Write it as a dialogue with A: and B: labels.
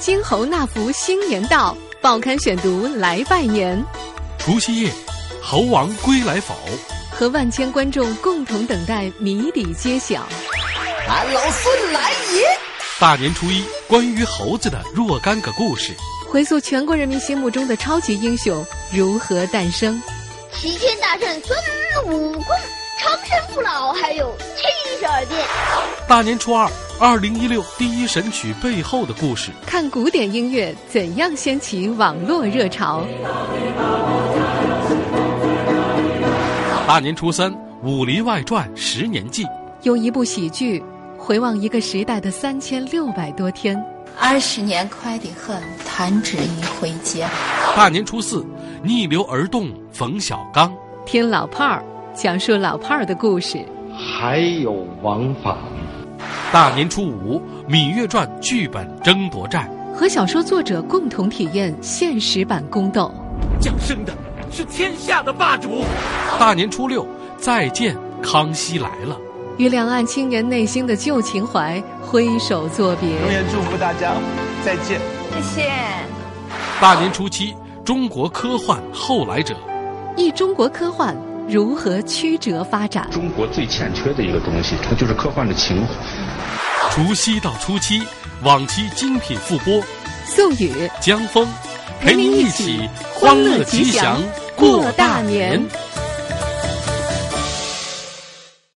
A: 金猴纳福新年到，报刊选读来拜年。
B: 除夕夜，猴王归来否？
A: 和万千观众共同等待谜底揭晓。
C: 俺老孙来也！
B: 大年初一，关于猴子的若干个故事。
A: 回溯全国人民心目中的超级英雄如何诞生？
D: 齐天大圣孙悟空，长生不老，还有七十二变。
B: 大年初二，二零一六第一神曲背后的故事。
A: 看古典音乐怎样掀起网络热潮？
B: 大年初三，《武林外传》十年记。
A: 用一部喜剧回望一个时代的三千六百多天。
E: 二十年快得很，弹指一挥间。
B: 大年初四，逆流而动，冯小刚。
A: 听老炮儿讲述老炮儿的故事。
F: 还有王法。
B: 大年初五，《芈月传》剧本争夺战。
A: 和小说作者共同体验现实版宫斗。
G: 降生的是天下的霸主。
B: 大年初六，《再见康熙来了》。
A: 与两岸青年内心的旧情怀挥手作别。
H: 永远祝福大家，再见。
E: 谢谢。
B: 大年初七，中国科幻后来者。
A: 一中国科幻如何曲折发展？
I: 中国最欠缺的一个东西，它就是科幻的情怀。
B: 除夕到初七，往期精品复播。
A: 宋宇
B: 江峰，
A: 陪您一起欢乐吉祥过大年。